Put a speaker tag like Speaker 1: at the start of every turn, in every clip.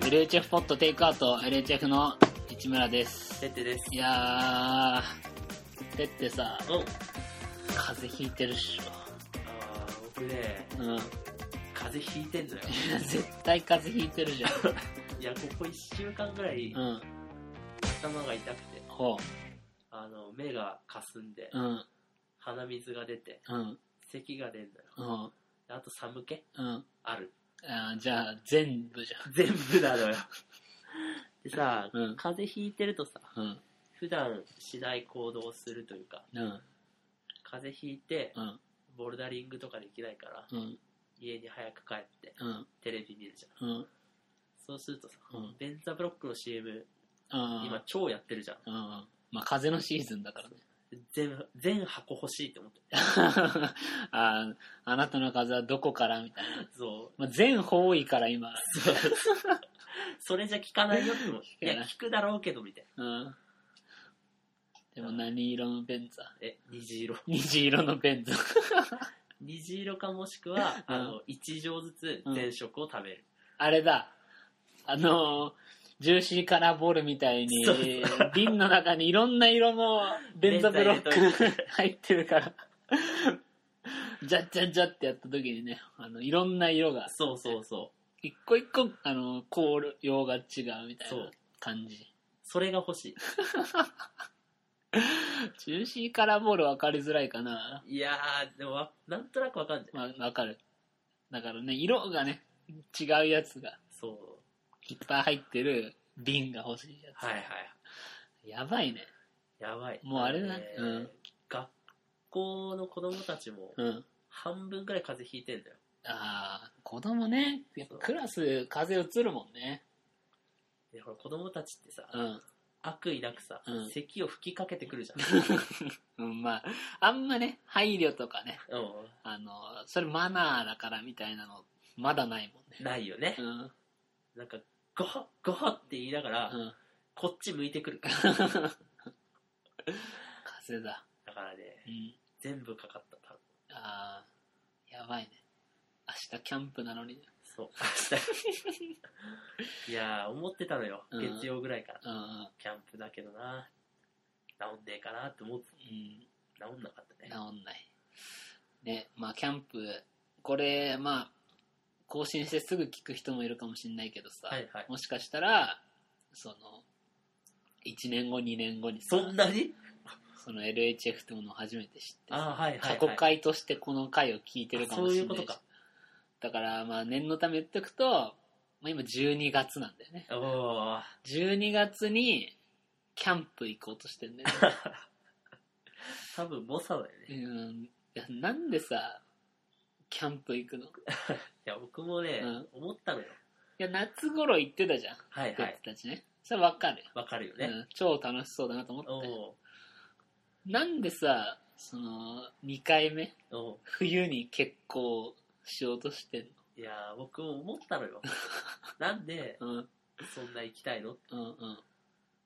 Speaker 1: LHF ポットテイクアウト LHF の市村です
Speaker 2: てってです
Speaker 1: いやーてってさ
Speaker 2: おあ
Speaker 1: 風邪ひいてるっし
Speaker 2: あー僕ね
Speaker 1: ょうんい
Speaker 2: 風邪ひいてんのよ
Speaker 1: や絶対風邪ひいてるじ
Speaker 2: いやここ1週間ぐらい
Speaker 1: ゃんうん
Speaker 2: 頭が痛くて
Speaker 1: ほ
Speaker 2: あの目がかすんで
Speaker 1: ううん
Speaker 2: 鼻水が出て
Speaker 1: うん
Speaker 2: 咳が出んのよ
Speaker 1: うん
Speaker 2: あと寒気
Speaker 1: うん
Speaker 2: ある
Speaker 1: あーじゃあ全部じゃん
Speaker 2: 全部なのよでさ、
Speaker 1: うん
Speaker 2: 風邪ひいてるとさ
Speaker 1: うん
Speaker 2: 普段しない行動をするというか
Speaker 1: うん
Speaker 2: 風邪ひいて
Speaker 1: うん
Speaker 2: ボルダリングとかできないから
Speaker 1: うん
Speaker 2: 家に早く帰って
Speaker 1: うん
Speaker 2: テレビ見るじゃん
Speaker 1: うん
Speaker 2: そうするとさ、
Speaker 1: うん
Speaker 2: ベンザブロックの CM
Speaker 1: うん
Speaker 2: 今超やってるじゃん
Speaker 1: うんまあ風邪のシーズンだからね
Speaker 2: 全全箱欲しいって思って
Speaker 1: あーあなたの風邪はどこからみたいな、
Speaker 2: そう
Speaker 1: まあ、全方位から今
Speaker 2: それじゃ聞かないよってもい
Speaker 1: 聞か
Speaker 2: や
Speaker 1: ない
Speaker 2: 聞くだろうけどみたいな
Speaker 1: うんでも何色のベンザ
Speaker 2: え虹色
Speaker 1: 虹色のベンザ
Speaker 2: 虹色かもしくは、あの1錠ずつ全食を食べる、
Speaker 1: あれだ。あのージューシーカラーボールみたいに
Speaker 2: そう、
Speaker 1: 瓶の中にいろんな色のベンザブロック
Speaker 2: ベンザ入れ
Speaker 1: 入ってるから、じゃっじゃっじゃってやった時にね、あの、いろんな色が、
Speaker 2: そうそうそう
Speaker 1: 一個一個、あの、香料が違うみたい
Speaker 2: そ
Speaker 1: な
Speaker 2: う
Speaker 1: 感じ。
Speaker 2: それが欲し
Speaker 1: ジューシーカラーボール分かりづらいかな。
Speaker 2: いいやーでもわなんとなくわかんない
Speaker 1: まあ、わかる。だからね、色がね、違うやつが、
Speaker 2: そう
Speaker 1: いっぱい入ってる瓶が欲しいやつ。
Speaker 2: はいはい
Speaker 1: やばいね。
Speaker 2: やばい
Speaker 1: もうあれだ
Speaker 2: のね
Speaker 1: うん
Speaker 2: 学校の子供たちも
Speaker 1: うん。
Speaker 2: 半分ぐらい風邪ひいてんだよ
Speaker 1: ああ、子供ね、やっぱ
Speaker 2: そう
Speaker 1: クラス風邪移るもんね。
Speaker 2: でほら子供たちってさ、
Speaker 1: うん。
Speaker 2: 悪意なくさ、
Speaker 1: うん
Speaker 2: 咳を吹きかけてくるじゃん
Speaker 1: うん、まあ、あんまね、配慮とかね、
Speaker 2: う
Speaker 1: あの、それマナーだからみたいなの、まだないもんね。
Speaker 2: んないよね
Speaker 1: う、ん。
Speaker 2: なんかゴホッゴホッって言いながら、
Speaker 1: うん。
Speaker 2: こっち向いてくる
Speaker 1: 風邪だ。
Speaker 2: だからね、
Speaker 1: うん。
Speaker 2: 全部かかった、多分。
Speaker 1: ああ、やばいね。明日キャンプなのに。
Speaker 2: そう、 明日。いやー、思ってたのよ。
Speaker 1: うん
Speaker 2: 月曜ぐらいから。
Speaker 1: うんうん。
Speaker 2: キャンプだけどな、治んねえかなって思って
Speaker 1: うん。
Speaker 2: た。治んなかったね。
Speaker 1: 治んない。ね、まあ、キャンプ、これ、まあ、更新してすぐ聞く人もいるかもしれないけどさ、
Speaker 2: はいはい。
Speaker 1: もしかしたら、その、1年後、2年後にさ
Speaker 2: そんなに
Speaker 1: その LHF ってものを初めて知って、
Speaker 2: あーはいはい、は
Speaker 1: 過
Speaker 2: い。
Speaker 1: 去回としてこの回を聞いてるかもしれないし
Speaker 2: あそういうことか
Speaker 1: だから、まあ念のため言っておくと、まあ、今12月なんだよね。
Speaker 2: おー
Speaker 1: 12月にキャンプ行こうとしてんだよ ね。
Speaker 2: 多分、猛者だよ
Speaker 1: う
Speaker 2: ね。い
Speaker 1: んいや。なんでさ、キャンプ行くのい
Speaker 2: や、僕もね、
Speaker 1: うん
Speaker 2: 思ったのよ。
Speaker 1: や、夏頃行ってたじゃん。
Speaker 2: はいはい。
Speaker 1: 僕たちね。それわかるよ、
Speaker 2: わかるよ
Speaker 1: う
Speaker 2: ね。
Speaker 1: ん。超楽しそうだなと思
Speaker 2: お
Speaker 1: って。
Speaker 2: お
Speaker 1: なんでさ、その、2回目
Speaker 2: ーお
Speaker 1: 冬に結婚しようとしてん
Speaker 2: ーいやー、僕も思った のよ。なんで、
Speaker 1: のうん
Speaker 2: そんな行きたいの
Speaker 1: うんうん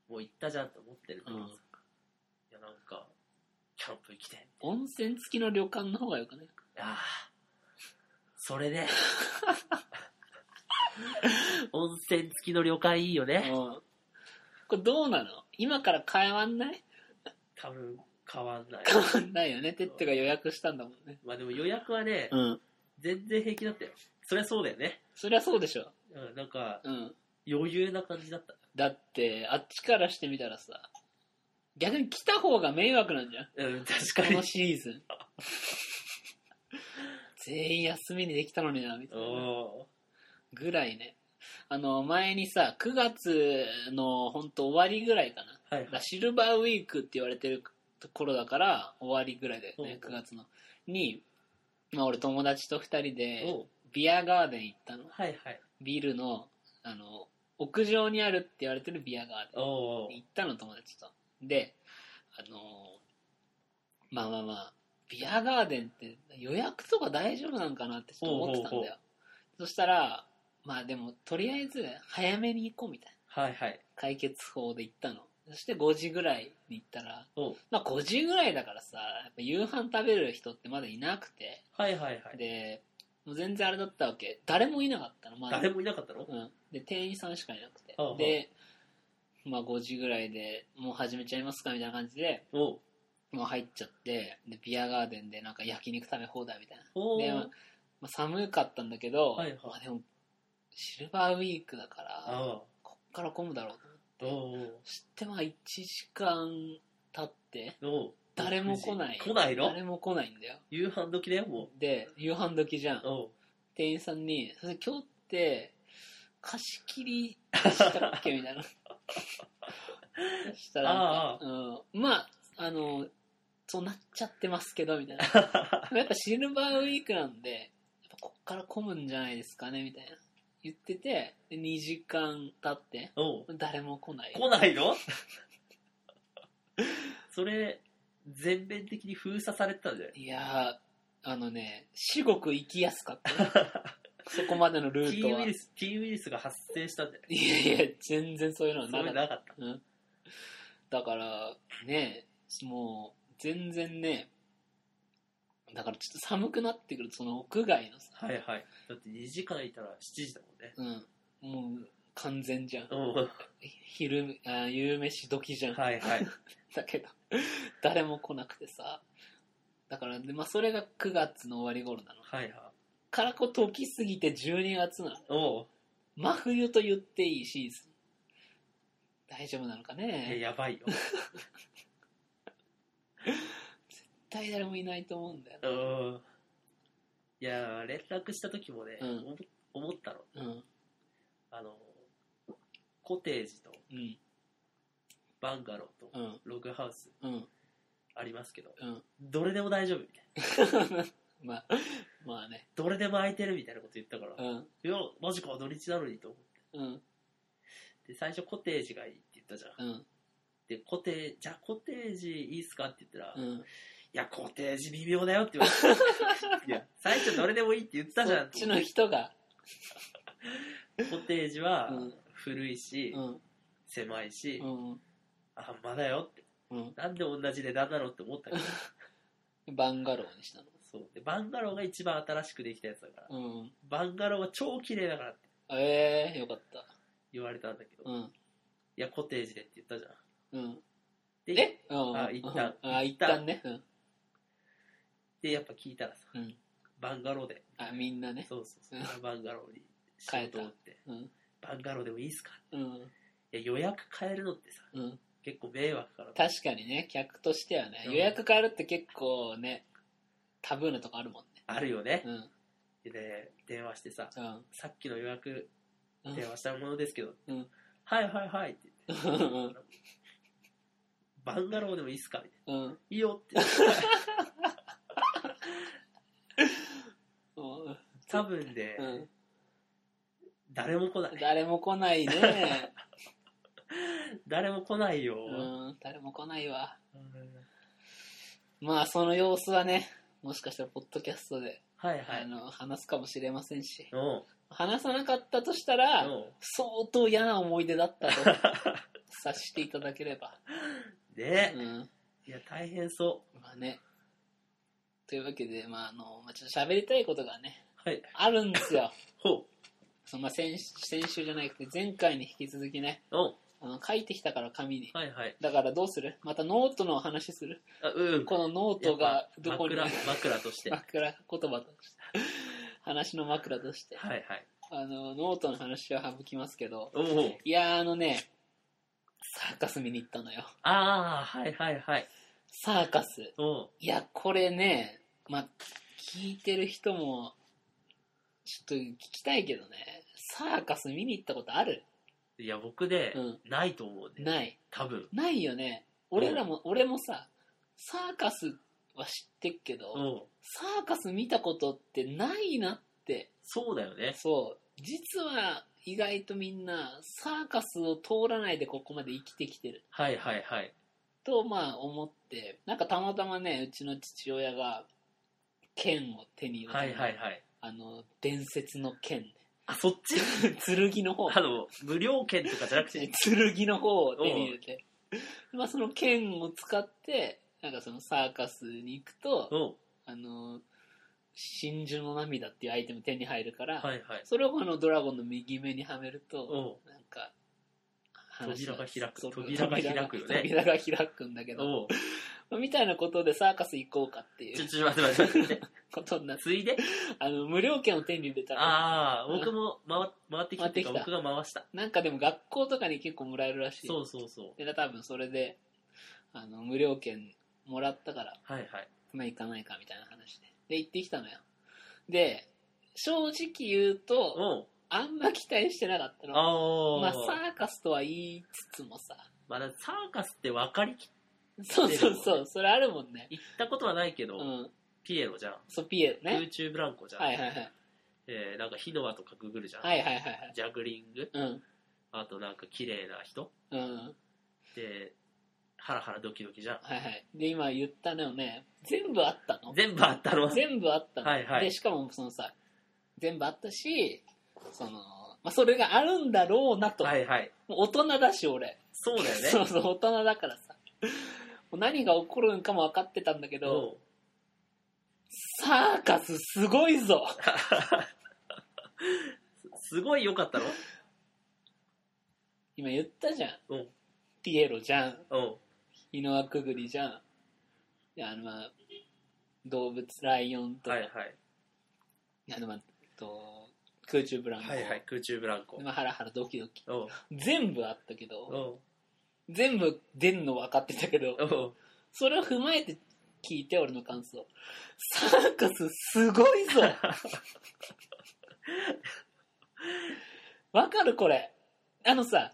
Speaker 2: もう行ったじゃんと思ってるんだけど
Speaker 1: うん
Speaker 2: さいや、なんか、キャンプ行きたい。
Speaker 1: 温泉付きの旅館の方がよくない
Speaker 2: ああ、それね。 温泉付きの旅館いいよね。
Speaker 1: うんこれどうなの今から変わんない
Speaker 2: 多分変わんない。
Speaker 1: 変わんないよねてってが予約したんだもんね
Speaker 2: まあでも予約はね、
Speaker 1: うん
Speaker 2: 全然平気だったよ。そりゃそうだよね。
Speaker 1: そりゃそうでしょ
Speaker 2: うんなんか、
Speaker 1: うん
Speaker 2: 余裕な感じだった。
Speaker 1: だってあっちからしてみたらさ逆に来た方が迷惑なんじゃん
Speaker 2: うん、確
Speaker 1: こ
Speaker 2: か
Speaker 1: の
Speaker 2: に。
Speaker 1: シーズン全員休みにできたのになみたいな
Speaker 2: お
Speaker 1: ぐらいね。あの、前にさ、9月の本当終わりぐらいかな。
Speaker 2: ーはいは
Speaker 1: だ
Speaker 2: い。
Speaker 1: シルバーウィークって言われてるところだから、終わりぐらいだよ
Speaker 2: おうお
Speaker 1: ね
Speaker 2: う、
Speaker 1: 9月の。に、まあ俺友達と2人で、
Speaker 2: おう
Speaker 1: ビアガーデン行ったの。
Speaker 2: はいはい。
Speaker 1: ビルの、あの、屋上にあるって言われてるビアガーデン。
Speaker 2: おうおう
Speaker 1: 行ったの友達とであのーまあまあまあビアガーデンって予約とか大丈夫なんかなってちょっと思ってたんだよ
Speaker 2: ほうほう
Speaker 1: そ
Speaker 2: ほ
Speaker 1: したらまあでもとりあえず早めに行こうみたいな
Speaker 2: はいはい。
Speaker 1: 解決法で行ったのそして5時ぐらいに行ったら、
Speaker 2: お
Speaker 1: まあ5時ぐらいだからさ、やっぱ夕飯食べる人ってまだいなくて、
Speaker 2: はいはいはい。
Speaker 1: で、もう全然あれだったわけ。誰もいなかったの、まだ
Speaker 2: 誰もいなかったの
Speaker 1: うん。で、店員さんしかいなくて
Speaker 2: ああ。
Speaker 1: で、まあ5時ぐらいでもう始めちゃいますかみたいな感じで、
Speaker 2: お
Speaker 1: もう入っちゃって、で、ビアガーデンでなんか焼肉食べ放題みたいな。
Speaker 2: お
Speaker 1: で、まあまあ寒かったんだけど、
Speaker 2: はいはい
Speaker 1: まあでも、シルバーウィークだから、
Speaker 2: あ
Speaker 1: こっから混むだろうと思って。
Speaker 2: あ。お
Speaker 1: そしてまあ1時間経って、
Speaker 2: おお
Speaker 1: 誰も来ない。
Speaker 2: 来ないの
Speaker 1: 誰も来ないんだよ。
Speaker 2: 夕飯時だよ、も
Speaker 1: で、夕飯時じゃん
Speaker 2: う。。お
Speaker 1: 店員さんに、それ今日って、貸し切りでしたっけみたい な。そしたらなんかうん、まあ、あの、そうなっちゃってますけど、みたい な。やっぱシルバーウィークなんで、やっぱこっから混むんじゃないですかね、みたいな。言ってて、で2時間経って、
Speaker 2: お
Speaker 1: 誰も来ない。
Speaker 2: 来ないのそれ、全面的に封鎖されてたんじゃない
Speaker 1: いやー、あのね、至極行きやすかった。 そこまでのル
Speaker 2: キ
Speaker 1: ート
Speaker 2: ー
Speaker 1: は
Speaker 2: ウイ。ルス、キーウイルスが発生したんじゃない
Speaker 1: いやいや、全然そういうのは
Speaker 2: そ
Speaker 1: な
Speaker 2: うい
Speaker 1: か
Speaker 2: う
Speaker 1: っ
Speaker 2: の
Speaker 1: た。
Speaker 2: なかった。
Speaker 1: うん、だから、ね、もう、全然ね、だからちょっと寒くなってくると、その屋外のさ、
Speaker 2: はいはい。だって2時間いたら7時だもんね。
Speaker 1: うん、もう完全じゃん。
Speaker 2: うん。は
Speaker 1: 昼、あ夕飯時じゃん。
Speaker 2: いはい。
Speaker 1: だけど、誰も来なくてさ、だから、でまあ、それが9月の終わり頃なの。
Speaker 2: はいはい。
Speaker 1: からこう時過ぎて12月なの。
Speaker 2: おう
Speaker 1: 真冬と言っていいシーズン。大丈夫なのか
Speaker 2: いや、
Speaker 1: ね
Speaker 2: やばいよ。
Speaker 1: 絶対誰もいないと思うんだよね。
Speaker 2: うん。いや、連絡した時もね、
Speaker 1: うん
Speaker 2: おも思ったの。
Speaker 1: うん。
Speaker 2: あの、コテージと
Speaker 1: うん。
Speaker 2: バンガローと
Speaker 1: うん。
Speaker 2: ログハウス
Speaker 1: うん。
Speaker 2: ありますけど、
Speaker 1: うん。
Speaker 2: どれでも大丈夫みたいな。
Speaker 1: まあ、まあね。
Speaker 2: どれでも空いてるみたいなこと言ったから、
Speaker 1: うん。
Speaker 2: いや、マジか、土日なのにと思っ
Speaker 1: うん。
Speaker 2: て。で、最初コテージがいいって言ったじゃん。
Speaker 1: うん。
Speaker 2: で、コテじゃあコテージいいっすかって言ったら、
Speaker 1: う
Speaker 2: い
Speaker 1: ん。
Speaker 2: や、コテージ微妙だよって言わ れて。いや、最初どれでもいいって言ったじ
Speaker 1: そ
Speaker 2: ゃ
Speaker 1: っ
Speaker 2: んと
Speaker 1: ち
Speaker 2: 思っ
Speaker 1: の
Speaker 2: て。
Speaker 1: 人が、
Speaker 2: コテージは
Speaker 1: うん
Speaker 2: 古いし、
Speaker 1: うん。
Speaker 2: 狭いし、
Speaker 1: うん。
Speaker 2: あんまだよって。
Speaker 1: うん。
Speaker 2: なんで同じ値段なのって思ったけど。
Speaker 1: バンガローにしたの。
Speaker 2: そう。で、バンガローが一番新しくできたやつだから、
Speaker 1: うん。
Speaker 2: バンガローは超綺麗だからって
Speaker 1: ええよかった。
Speaker 2: 言われたんだけど、
Speaker 1: う
Speaker 2: い
Speaker 1: ん。
Speaker 2: や、コテージでって言ったじゃん。
Speaker 1: うん。
Speaker 2: で、
Speaker 1: えうん。
Speaker 2: あ一旦
Speaker 1: うんあ、一旦ね。うん。
Speaker 2: でやっぱ聞いたらさ、
Speaker 1: うん。
Speaker 2: バンガローで。
Speaker 1: あ、みんなね。
Speaker 2: そうそう
Speaker 1: う
Speaker 2: そう。バンガローに仕
Speaker 1: 変えた
Speaker 2: 事をって、
Speaker 1: うん。
Speaker 2: バンガローでもいいっすか
Speaker 1: うん。
Speaker 2: いや、予約変えるのってさ、
Speaker 1: うん。
Speaker 2: 結構迷惑から。
Speaker 1: 確かにね、客としてはね、
Speaker 2: うん
Speaker 1: 予約変えるって結構ね、タブーなとこあるもんね。
Speaker 2: あるよね
Speaker 1: う。ん。
Speaker 2: で、電話してさ、
Speaker 1: うん。
Speaker 2: さっきの予約
Speaker 1: うん
Speaker 2: 電話したものですけど、
Speaker 1: うん
Speaker 2: はいはいはいって言って、
Speaker 1: うん。
Speaker 2: バンガローでもいいっすかみたいな。
Speaker 1: うん。
Speaker 2: いい よっ
Speaker 1: う
Speaker 2: て。
Speaker 1: ん
Speaker 2: 多分で、
Speaker 1: うん。
Speaker 2: 誰も来ない。
Speaker 1: 誰も来ない ね。
Speaker 2: 誰も来ないよ。
Speaker 1: うん。誰も来ないわ。
Speaker 2: うん
Speaker 1: まあその様子はね、もしかしたらポッドキャストで、
Speaker 2: はいは
Speaker 1: あ
Speaker 2: い。
Speaker 1: の話すかもしれませんし、
Speaker 2: うん。うん
Speaker 1: 話さなかったとしたら、相当嫌な思い出だ ったと察していただければ。
Speaker 2: ね
Speaker 1: う、ん。
Speaker 2: いや、大変そ
Speaker 1: まあね。というわけで、まああの、まあ、ちょっと喋りたいことがね、
Speaker 2: う。はい。
Speaker 1: あるんです よ。
Speaker 2: ほ
Speaker 1: そのまあ先先週じゃなくて、前回に引き続きね、
Speaker 2: う。うん。
Speaker 1: あの書いてきたから紙に。
Speaker 2: はいはい。
Speaker 1: だからどうするまたノートの話する
Speaker 2: あ、うん。
Speaker 1: このノートがどこに
Speaker 2: 枕、枕と して。はい
Speaker 1: 枕言葉として。話の枕として。
Speaker 2: はい。
Speaker 1: あの、ノートの話は省きますけど、
Speaker 2: おお。
Speaker 1: いやーあのね、サーカス見に行ったのよ。
Speaker 2: ああ、はいはいはい。
Speaker 1: サーカス。
Speaker 2: おう
Speaker 1: いや、これね、まあ、聞いてる人も、ちょっと聞きたいけどね、サーカス見に行ったことある
Speaker 2: いや、僕で、
Speaker 1: うん
Speaker 2: ないと思うね。
Speaker 1: ない。
Speaker 2: 多分。
Speaker 1: ないよね。俺らも、俺もさ、サーカスは知ってっけど、
Speaker 2: うん。
Speaker 1: サーカス見たことってないなって、
Speaker 2: そうだよね。
Speaker 1: そう、実は意外とみんな、サーカスを通らないでここまで生きてきてる。
Speaker 2: はいはいはい。
Speaker 1: とまあ思ってなんかたまたまねうちの父親が剣を手に入れた
Speaker 2: はいはいはい。
Speaker 1: あの伝説の剣
Speaker 2: あ、そっち
Speaker 1: 剣の方
Speaker 2: あの、無料券とかじゃなくて。
Speaker 1: 剣の方を手に入れてまあその剣を使って、なんかそのサーカスに行くと、
Speaker 2: お
Speaker 1: あの、真珠の涙っていうアイテム手に入るから、
Speaker 2: はいはい。
Speaker 1: それをこのドラゴンの右目にはめると、
Speaker 2: お
Speaker 1: なんか、
Speaker 2: 扉が開く
Speaker 1: そう
Speaker 2: 扉が開くよね
Speaker 1: 扉が開くんだけど、
Speaker 2: おう
Speaker 1: みたいなことでサーカス行こうかってい
Speaker 2: ちょ、
Speaker 1: う
Speaker 2: ちょ、待って待って待って。
Speaker 1: ことになって、
Speaker 2: ついで
Speaker 1: あの、無料券を手に入れたら、
Speaker 2: ああ、僕も回回ってきたっていうか、
Speaker 1: 回ってき
Speaker 2: 僕が回した。
Speaker 1: なんかでも学校とかに結構もらえるらしい。
Speaker 2: そうそうそう。
Speaker 1: で多分それであの無料券もらったから、
Speaker 2: はいはい。
Speaker 1: まあ、行かないかみたいな話でで行ってきたのよで正直言うと
Speaker 2: おう
Speaker 1: あんま期待してなかったの
Speaker 2: ああ、
Speaker 1: まあサーカスとは言いつつもさ
Speaker 2: まあ、サーカスって分かりき
Speaker 1: そうそうそうそれあるもんね
Speaker 2: 行ったことはないけ
Speaker 1: う
Speaker 2: ど、
Speaker 1: ん
Speaker 2: ピエロじゃん。
Speaker 1: ソピエ
Speaker 2: 空
Speaker 1: ね
Speaker 2: 中ブランコじゃん。
Speaker 1: はいはいはい
Speaker 2: えーなんか火の輪とかググるじゃん。
Speaker 1: はいはいはいはい
Speaker 2: ジャグリング、
Speaker 1: うん
Speaker 2: あとなんか綺麗な人。
Speaker 1: うん
Speaker 2: で、ハラハラドキドキじゃん。
Speaker 1: はいはいで今言ったのよね全部あったの
Speaker 2: 全部あったの。はい
Speaker 1: 全部あったの、
Speaker 2: はいはい
Speaker 1: でしかもそのさ全部あったしその、まあ、それがあるんだろうなと、
Speaker 2: はい。
Speaker 1: もう大人だし俺
Speaker 2: そうだよね。
Speaker 1: そうそう大人だからさもう何が起こるんかも分かってたんだけど、
Speaker 2: おう
Speaker 1: サーカスすごいぞ
Speaker 2: すごい良かったの。
Speaker 1: 今言ったじゃん、
Speaker 2: うん
Speaker 1: ピエロじゃん
Speaker 2: おう
Speaker 1: 日の輪くぐりじゃんであの、まあ、動物ライオンとか、
Speaker 2: はいはい。
Speaker 1: あのまあと空中ブランコ、
Speaker 2: はいはい。空中ブランコ
Speaker 1: で。まあハラハラドキドキ
Speaker 2: おう
Speaker 1: 全部あったけど、
Speaker 2: おう
Speaker 1: 全部出んの分かってたけど、
Speaker 2: おう
Speaker 1: それを踏まえて聞いて、俺の感想。サーカスすごいぞわかるこれ。あのさ、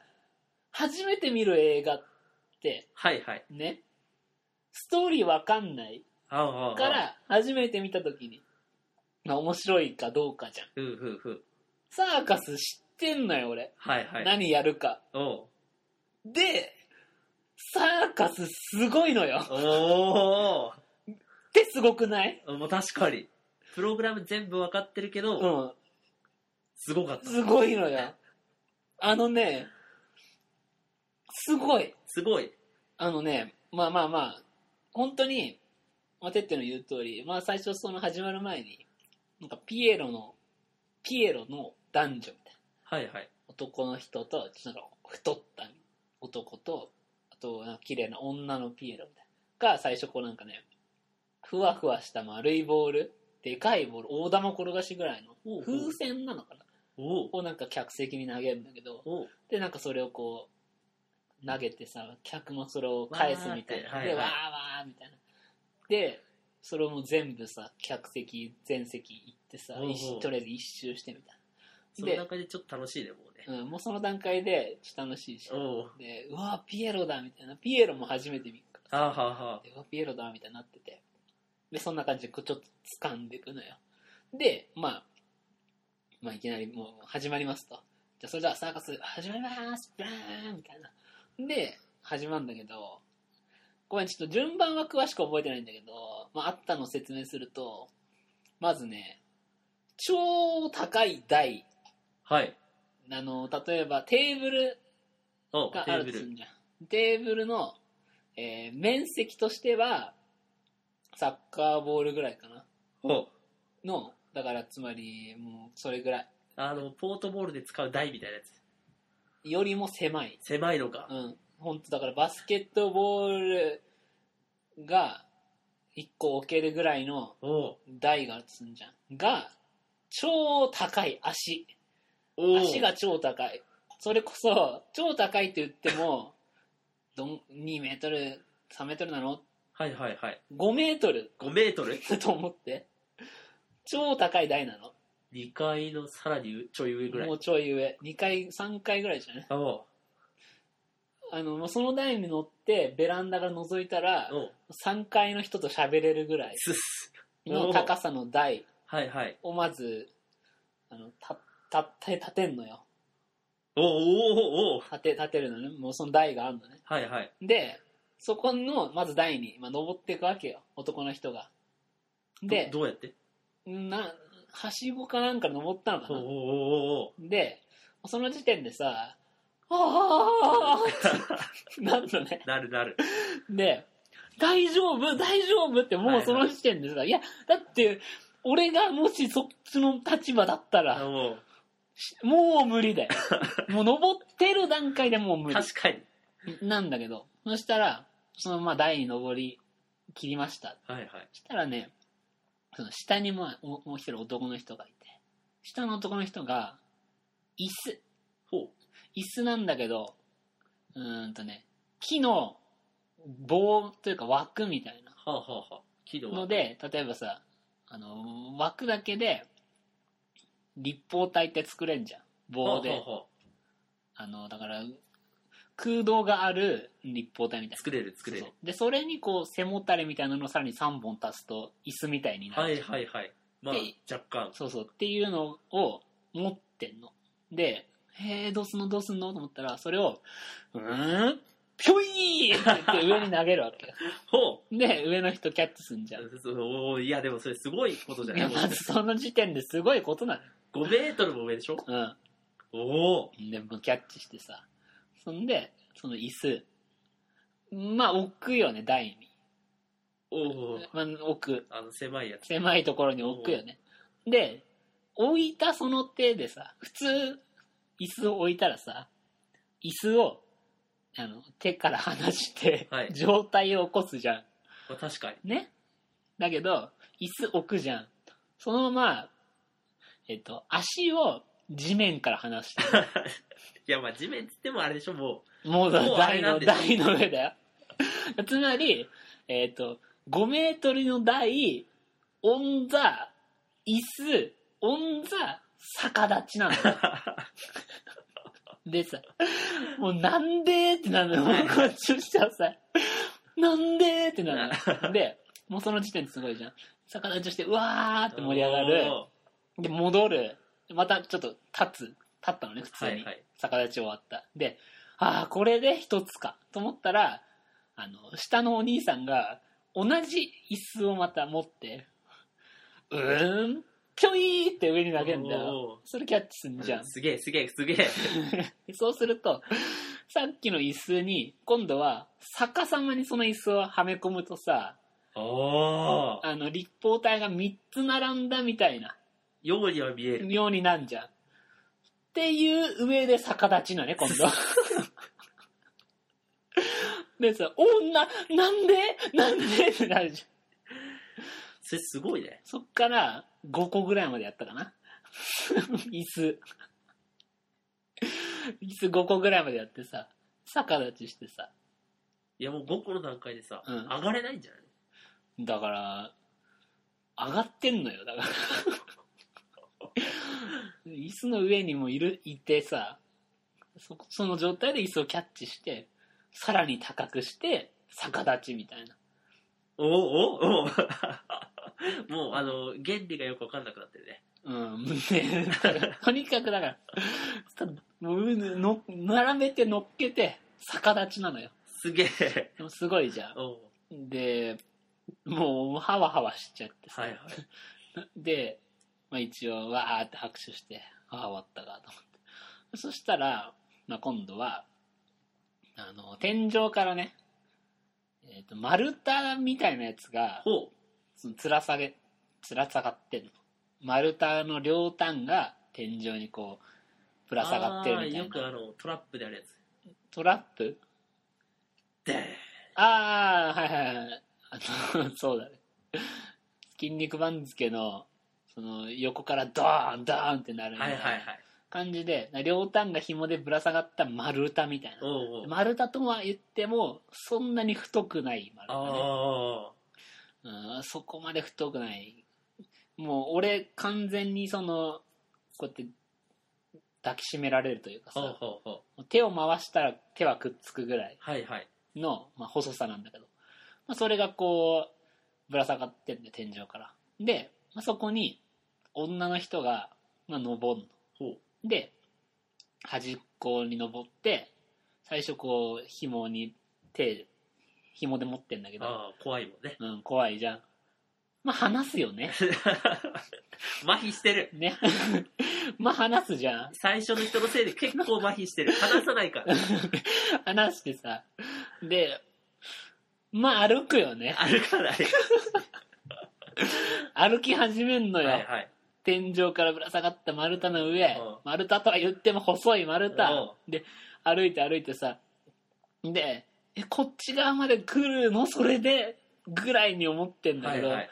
Speaker 1: 初めて見る映画って、
Speaker 2: はいはい。
Speaker 1: ね、ストーリーわかんない
Speaker 2: ああああ
Speaker 1: から、初めて見たときに、まあ面白いかどうかじゃん。
Speaker 2: ふんふんふん。
Speaker 1: サーカス知ってんのよ、俺。
Speaker 2: はいはい。
Speaker 1: 何やるか。
Speaker 2: おう
Speaker 1: で、サーカスすごいのよ。
Speaker 2: お
Speaker 1: ってすごくない
Speaker 2: おもう確かに。プログラム全部分かってるけど、
Speaker 1: うん。
Speaker 2: すごかった。
Speaker 1: すごいのよ。あのね、すごい。
Speaker 2: すごい。
Speaker 1: あのね、まあまあまあ、本当に、まあ、てっての言う通り、まあ最初その始まる前に、なんかピエロの、ピエロの男女みたいな。
Speaker 2: はいはい。
Speaker 1: 男の人と、なんか太った男と、あと、なんか綺麗な女のピエロみたいな。が最初こうなんかね、ふわふわした丸いボール、でかいボール、大玉転がしぐらい
Speaker 2: おうお
Speaker 1: の、
Speaker 2: う
Speaker 1: 風船なのかな
Speaker 2: おう
Speaker 1: をなんか客席に投げるんだけど、
Speaker 2: おう
Speaker 1: でなんかそれをこう投げてさ客もそれを返すみたいな
Speaker 2: わーって
Speaker 1: で
Speaker 2: は
Speaker 1: わ
Speaker 2: いはい
Speaker 1: ーわーみたいなでそれをもう全部さ客席全席行ってさ
Speaker 2: おうおう
Speaker 1: 一とりあえず一周してみたい
Speaker 2: その中でちょっと楽しいね、もうね。
Speaker 1: な、うん、もうその段階でちょっと楽しいし
Speaker 2: おう
Speaker 1: でうわーピエロだみたいなピエロも初めて見るから
Speaker 2: あーはーは
Speaker 1: でうわピエロだみたいになっててでそんな感じでこうちょっと掴んでいくのよでまあまあいきなりもう始まりますとじゃあそれではサーカス始まりますブラーンみたいなで始まるんだけどごめんちょっと順番は詳しく覚えてないんだけど、まあ、あったのを説明するとまずね超高い台
Speaker 2: ーはい。
Speaker 1: あの例えばテーブル
Speaker 2: おうテ
Speaker 1: があ
Speaker 2: ーブ
Speaker 1: るとす
Speaker 2: ル。
Speaker 1: んじゃん。テーブルの、えー面積としては、サッカーボールぐらいかな。
Speaker 2: おう
Speaker 1: の、だからつまり、もうそれぐら
Speaker 2: あの、ポートボールで使う台みたいなやつ。
Speaker 1: い。よりも狭い。
Speaker 2: 狭いのか
Speaker 1: う。ん。本当だからバスケットボールが1個置けるぐらいの
Speaker 2: おう
Speaker 1: 台があるとすんじゃん。が、超高い足。
Speaker 2: おう
Speaker 1: 足が超高い。それこそ、超高いって言っても、どん、2メートル、3メートルなの
Speaker 2: はいはいはい。
Speaker 1: 5メートル
Speaker 2: 5メートル
Speaker 1: だと思って超高い台なの
Speaker 2: ?2 階のさらにちょい上ぐらい。
Speaker 1: も
Speaker 2: おう
Speaker 1: うちょい上2階3階ぐらいじゃないあのもうその台に乗ってベランダから覗いたら
Speaker 2: おう
Speaker 1: 3階の人と喋れるぐらい
Speaker 2: すす。
Speaker 1: の高さの台
Speaker 2: はいはい。
Speaker 1: をまずあのたたって立てんのよ
Speaker 2: おうおうおうおう
Speaker 1: 立て立てるのねもうその台があるのね
Speaker 2: はいはい。
Speaker 1: でそこのまず台に、まあ、登っていくわけよ男の人がで
Speaker 2: どどうやって
Speaker 1: なはしごかなんか登ったのか
Speaker 2: おう
Speaker 1: な
Speaker 2: おうおうおう
Speaker 1: で、その時点でさ、ああってなるのね。
Speaker 2: なるなる。
Speaker 1: で、大丈夫、大丈夫ってもうその時点でさ、いや、だって、俺がもしそっちの立場だったら、
Speaker 2: も
Speaker 1: しもう無理 だよ。もう登ってる段階でもう無
Speaker 2: う、
Speaker 1: 理。
Speaker 2: 確かに。
Speaker 1: なんだけど、そしたら、そのまあ台に登り切りました。
Speaker 2: はいはい。
Speaker 1: そしたらね、その下にもうもう一人男の人がいて、下の男の人が、椅子、
Speaker 2: ほ。
Speaker 1: 椅子なんだけど、うーんとね、木の棒というか枠みたいう
Speaker 2: はあ、はあはあ、喜怒
Speaker 1: な
Speaker 2: は
Speaker 1: ので、例えばさ、あの、枠だけで、立方体って作れんじゃん。棒
Speaker 2: はあ
Speaker 1: で。
Speaker 2: はあは
Speaker 1: あの、だから、空洞がある立方体みた
Speaker 2: あ
Speaker 1: いな。
Speaker 2: 作れる作れる
Speaker 1: そう。そうでそれにこう背もたれみたいなのをさらに3本足すと椅子みたいになる、
Speaker 2: はいはいはい。まあ
Speaker 1: えい、
Speaker 2: 若干。
Speaker 1: そうそうっていうのを持ってんので「へえどうすんのどうすんの?」と思ったらそれを「うーんぴょい!」って言って上に投げるわけよ
Speaker 2: ほ
Speaker 1: で上の人キャッチすんじゃんいう
Speaker 2: そうおーいや、でもそれすごいことじゃない
Speaker 1: やまずその時点ですごいことな
Speaker 2: ?5 メートルも上でしょ
Speaker 1: のよ
Speaker 2: おお
Speaker 1: うんでもうキャッチしてさそんでその椅子まあ置くよね台に、
Speaker 2: おお
Speaker 1: まあ、置く
Speaker 2: あの、狭いやつ。
Speaker 1: 狭いところに置くよね。で、置いたその手でさ、普通、椅子を置いたらさ、椅子を、あの、手から離して、
Speaker 2: はい
Speaker 1: 状態を起こすじゃ
Speaker 2: まあ、確かに。
Speaker 1: ん。ね。だけど、椅子置くじゃん。そのまま、えっと、足を地面から離して、
Speaker 2: いや、まあ、地面って言ってもあれでしょ、も
Speaker 1: もうだ
Speaker 2: もうあ
Speaker 1: 台
Speaker 2: れなん
Speaker 1: の、
Speaker 2: でしょ
Speaker 1: 台の上だよ。 つまり、えっ、と、5メートルの台、オンザ、椅子、オンザ、逆立 ちなの。でさ、もうなんでーってなるの。こっちとしてはさ、なんでーってなるの。で、もうその時点ですごいじゃん。逆立ちをして、うわーっ
Speaker 2: う。
Speaker 1: て盛り上がる。
Speaker 2: おー
Speaker 1: で、戻る。またちょっと立つ。立ったのね、普通に。
Speaker 2: はいはい
Speaker 1: 逆立ち終わった。で、ああ、これで一つか。と思ったら、あの、下のお兄さんが、同じ椅子をまた持って、うーん、ぴょいーって上に投げるんだよ。
Speaker 2: おー
Speaker 1: それキャッチすんじゃん
Speaker 2: うん。すげえ、すげえ、すげえ。
Speaker 1: そうすると、さっきの椅子に、今度は逆さまにその椅子をはめ込むとさ、
Speaker 2: おー
Speaker 1: あの、立方体が3つ並んだみたいな。
Speaker 2: ようには見える。
Speaker 1: 妙になんじゃん。っていう上で逆立ちなね、今度。 でさ、女、なんでなんでってなるじゃん。
Speaker 2: それすごいね。
Speaker 1: そっから5個ぐらいまでやったかな。 椅子。椅子5個ぐらいまでやってさ、逆立ちしてさ。
Speaker 2: いや、もう5個の段階でさ、
Speaker 1: うん
Speaker 2: 上がれないんじゃない
Speaker 1: だから、上がってんのよ、だから。 椅子の上にもいる、いてさ、そ、その状態で椅子をキャッチして、さらに高くして、逆立ちみたいな。
Speaker 2: おーおーお ーもう、あの、原理がよくわかんなくなってるね。
Speaker 1: うん、 ねだからとにかくだから、たもう、の、並べて乗っけて、逆立ちなのよ。
Speaker 2: すげえ。
Speaker 1: でもすごいじゃん。
Speaker 2: おー
Speaker 1: で、もう、ハワハワしちゃってさ。
Speaker 2: はいはい。
Speaker 1: で、まあ、一応わーって拍手してああ終わったかと思ってそしたら、まあ、今度はあの天井からね、えー、と丸太みたいなやつが
Speaker 2: ほ
Speaker 1: そのつら下げつら下がってんの丸太の両端が天井にこうぶ
Speaker 2: う。
Speaker 1: ら下がってるみた
Speaker 2: あー
Speaker 1: い
Speaker 2: よく
Speaker 1: な
Speaker 2: あの、トラップであるやつ。
Speaker 1: トラップ
Speaker 2: で
Speaker 1: ああ、はいはいはい。あの、 そうだね。筋肉番付の、その、横からドーン、ドーンってなる
Speaker 2: ー
Speaker 1: みた
Speaker 2: んはいい
Speaker 1: な
Speaker 2: はいはい。
Speaker 1: 感じで、両端が紐でぶら下がった丸太みたい
Speaker 2: お
Speaker 1: な。
Speaker 2: うおう。
Speaker 1: 丸太とは言っても、そんなに太くない丸太、ね
Speaker 2: あ
Speaker 1: うん。そこまで太くない。もう、俺、完全にその、こうやって、抱きしめられるというか
Speaker 2: あ。ほう
Speaker 1: さ、
Speaker 2: ほうほう。
Speaker 1: 手を回したら手はくっつくぐらい。
Speaker 2: はいはい。
Speaker 1: の、まあ、細さなんだけど、まあ、それがこうぶら下がってんで天井からで、まあ、そこに女の人が、まあ、登ん
Speaker 2: ほう。
Speaker 1: ので端っこに登って最初こう紐に手紐で持ってんだけど、
Speaker 2: ああ、怖いもんね。
Speaker 1: うん、怖いじゃんまあ離すよね
Speaker 2: 麻痺してる。
Speaker 1: ね まあ話すじゃん。
Speaker 2: 最初の人のせいで結構麻痺してる。話さないから。
Speaker 1: 話してさ。で、まあ歩くよね。
Speaker 2: あるからね。
Speaker 1: 歩き始めんの
Speaker 2: はい
Speaker 1: よ。
Speaker 2: はい。
Speaker 1: 天井からぶら下がった丸太の上、
Speaker 2: うん
Speaker 1: 丸太とは言っても細い丸太、歩いて歩いてさ、で、え、こっち側まで来るのそれで、ぐらいに思ってんだ
Speaker 2: は
Speaker 1: け
Speaker 2: い
Speaker 1: ど、
Speaker 2: はい。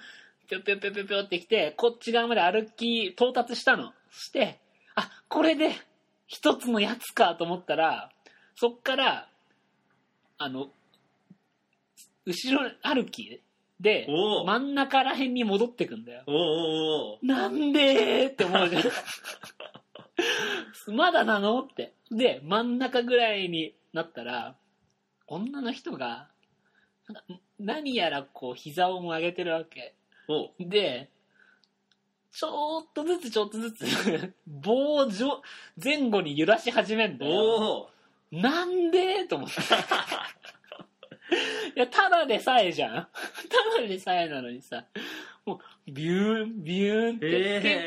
Speaker 1: ぴょぴょぴょぴょぴょって来て、こっち側まで歩き、到達したの。して、あ、これで、一つのやつかと思ったら、そっから、あの、後ろ歩きで、
Speaker 2: おお。
Speaker 1: 真ん中らへんに戻ってくんだよ。
Speaker 2: おおお
Speaker 1: なんでーって思うじゃん。まだなのって。で、真ん中ぐらいになったら、女の人が、なんか何やらこう、膝を曲げてるわけ。
Speaker 2: おお
Speaker 1: で、ちょっとずつちょっとずつ棒を上前後に揺らし始めんだよ。
Speaker 2: おお
Speaker 1: なんでと思って。 いや、ただでさえじゃん。ただでさえなのにさ、もう、ビューン、ビューンって、
Speaker 2: え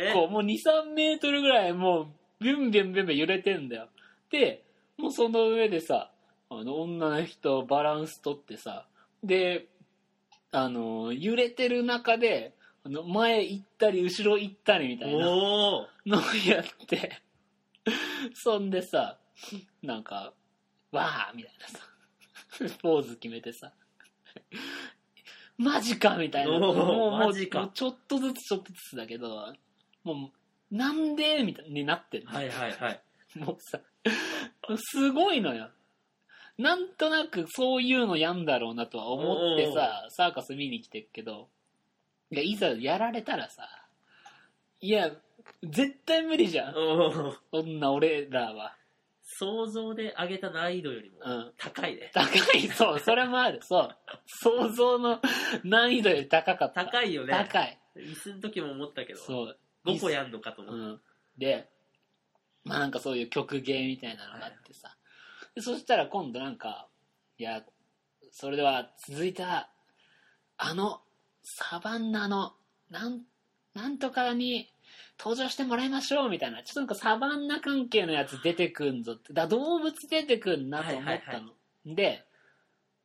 Speaker 2: ー
Speaker 1: 結構もう2、3メートルぐらいもう、ビュンビュンビュンビュン揺れてんだよ。で、もうその上でさ、あの、女の人バランス取ってさ、で、あの、揺れてる中で、あの、前行ったり、後ろ行ったりみたいな
Speaker 2: おお
Speaker 1: のをやって、そんでさ、なんか、わーみたいなさ、ポーズ決めてさ、マジかみたいな。
Speaker 2: おー
Speaker 1: も
Speaker 2: マジか
Speaker 1: もうちょっとずつちょっとずつだけど、もう、なんでみたいになってる、
Speaker 2: はいはいはい。
Speaker 1: もうさ、すごいのよ。なんとなくそういうのやんだろうなとは思ってさ、サーカス見に来てるけど、いや、いざやられたらさ、いや、絶対無理じゃん。
Speaker 2: おお
Speaker 1: そんな俺らは。
Speaker 2: 想像で上げた難易度よりも
Speaker 1: うん。
Speaker 2: 高いね。
Speaker 1: 高い、そう、それもある。そう。想像の難易度より高かった。
Speaker 2: 高いよね。
Speaker 1: 高い。
Speaker 2: 椅子の時も思ったけど、
Speaker 1: そう。
Speaker 2: 5個やんのかと
Speaker 1: う
Speaker 2: 思っ
Speaker 1: ん、で、まあなんかそういう曲芸みたいなのがあってさ、でそしたら今度なんかいやそれでは続いたあのサバンナのなんなんとかに登場してもらいましょうみたいなちょっとなんかサバンナ関係のやつ出てくんぞってだ動物出てくんなと思ったの、
Speaker 2: はいはいは
Speaker 1: で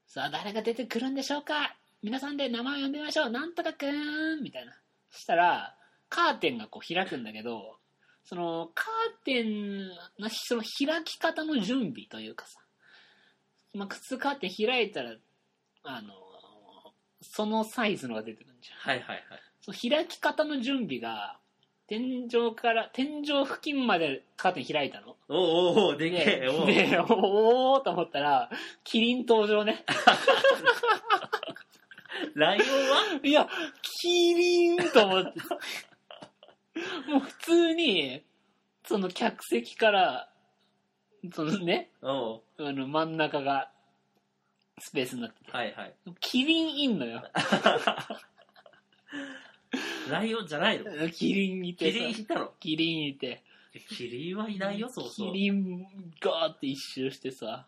Speaker 1: さあ誰が出てくるんでしょうか皆さんで名前を呼んでみましょうなんとかくーんみたいなそしたらカーテンがこう開くんだけどそのカーテンのその開き方の準備というかさ、まあ、普通カーテン開いたらあのそのサイズのが出てくるんじゃん
Speaker 2: はいはいはい。
Speaker 1: その開き方の準備が天井から天井付近までカーテン開いたの
Speaker 2: おおおおでけえ。おお
Speaker 1: ででおおと思ったらキリン登場ね
Speaker 2: ライオンはい
Speaker 1: や、キリンと思って。もう普通に、その客席から、そのね、
Speaker 2: おお
Speaker 1: あの真ん中がスペースになってて、
Speaker 2: はいはい。
Speaker 1: キリンいんのよ。
Speaker 2: ライオンじゃないの
Speaker 1: キリンい
Speaker 2: キ
Speaker 1: てさ
Speaker 2: リンいたの
Speaker 1: キリンいて。
Speaker 2: キリンはいないよ、そうそう。
Speaker 1: キリンガーって一周してさ、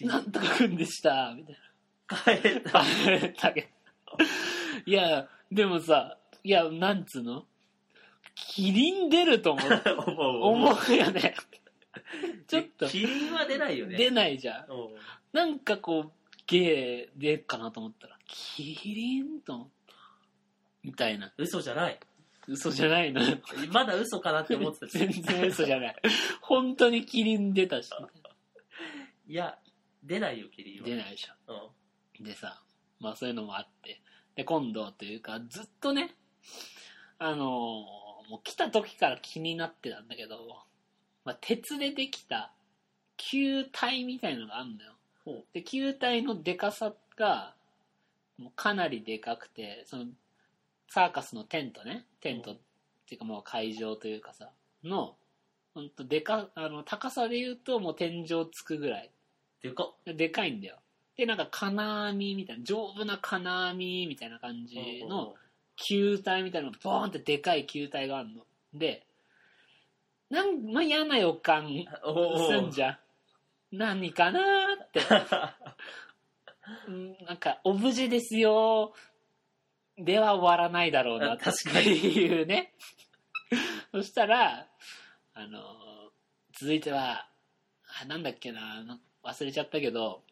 Speaker 1: なんとかくんでした、みたい
Speaker 2: 帰った。
Speaker 1: な。だけどいや、でもさ、いや、なんつうのキリン出ると思って。
Speaker 2: 思う
Speaker 1: 思うよ ね。ちょっと
Speaker 2: キリンは出ないよね。
Speaker 1: 出ないじゃん。
Speaker 2: おう
Speaker 1: なんかこう、ゲーでかなと思ったら、キリンと思って。みたいな。
Speaker 2: 嘘じゃない。
Speaker 1: 嘘じゃないの。
Speaker 2: まだ嘘かなって思ってた。
Speaker 1: 全然嘘じゃない。本当にキリン出たし。
Speaker 2: いや、出ないよ、キリンは。
Speaker 1: 出ないでしょ。
Speaker 2: うん
Speaker 1: でさ、まあそういうのもあって。で、今度というか、ずっとね、あのーもう来た時から気になってたんだけど、まあ鉄でできた球体みたいのがあるのよ。
Speaker 2: ほう
Speaker 1: で、球体のでかさが、もうかなりでかくて、その、サーカスのテントね、テント
Speaker 2: う
Speaker 1: っ
Speaker 2: ん
Speaker 1: ていうかもう会場というかさ、の、ほんとでか、あの、高さで言うともう天井つくぐらい。
Speaker 2: でかっ
Speaker 1: でかいんだよ。で、なんか金網みたいな、丈夫な金網みたいな感じの球体みたいなの、ボーンってでかい球体があるの。で、なん、まあ、嫌な予感
Speaker 2: おうお
Speaker 1: す
Speaker 2: うん
Speaker 1: じゃん。何かなーって。 うんなんか、オブジェですよーでは終わらないだろうな、
Speaker 2: あ確かに
Speaker 1: っていうね。 そしたら、あのー続いては、あなんだっけな、な忘れちゃったけど、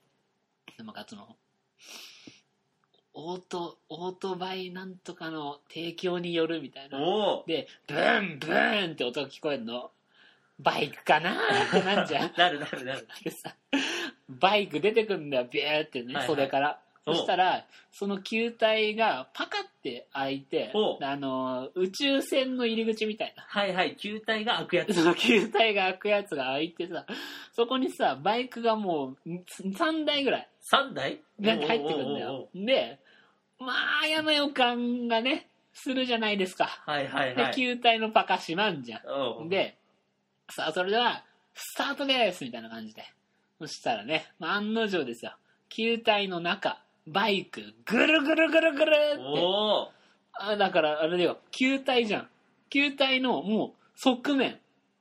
Speaker 1: なんかその、オート、オートバイなんとかの提供によるみたいな。
Speaker 2: おお
Speaker 1: で、ブーンブーンって音が聞こえるの。バイクかなーってなんじ ゃん。
Speaker 2: なるなるなる。
Speaker 1: でさ、バイク出てくんだよ、ビューってね、
Speaker 2: はいはい
Speaker 1: 袖から。
Speaker 2: お
Speaker 1: そしたら、その球体がパカって開いて
Speaker 2: お、
Speaker 1: あのー、宇宙船の入り口みたいな。
Speaker 2: はいはい、球体が開くやつ。
Speaker 1: その球体が開くやつが開いてさ、そこにさ、バイクがもう3台ぐらい
Speaker 2: 3台
Speaker 1: が入ってくんだ
Speaker 2: おうおうおう
Speaker 1: よ。で、まあ、嫌な予感がね、するじゃないですか。
Speaker 2: おうはいはいは
Speaker 1: で、
Speaker 2: い。
Speaker 1: 球体のパカ閉まんじゃん。
Speaker 2: おう、
Speaker 1: で、さあ、それでは、スタートですみたいな感じで。そしたらね、まあ、案の定ですよ。球体の中、バイク、ぐるぐるぐるぐるって。
Speaker 2: おお
Speaker 1: あだから、あれだよ、球体じゃん。球体の、もう、側面。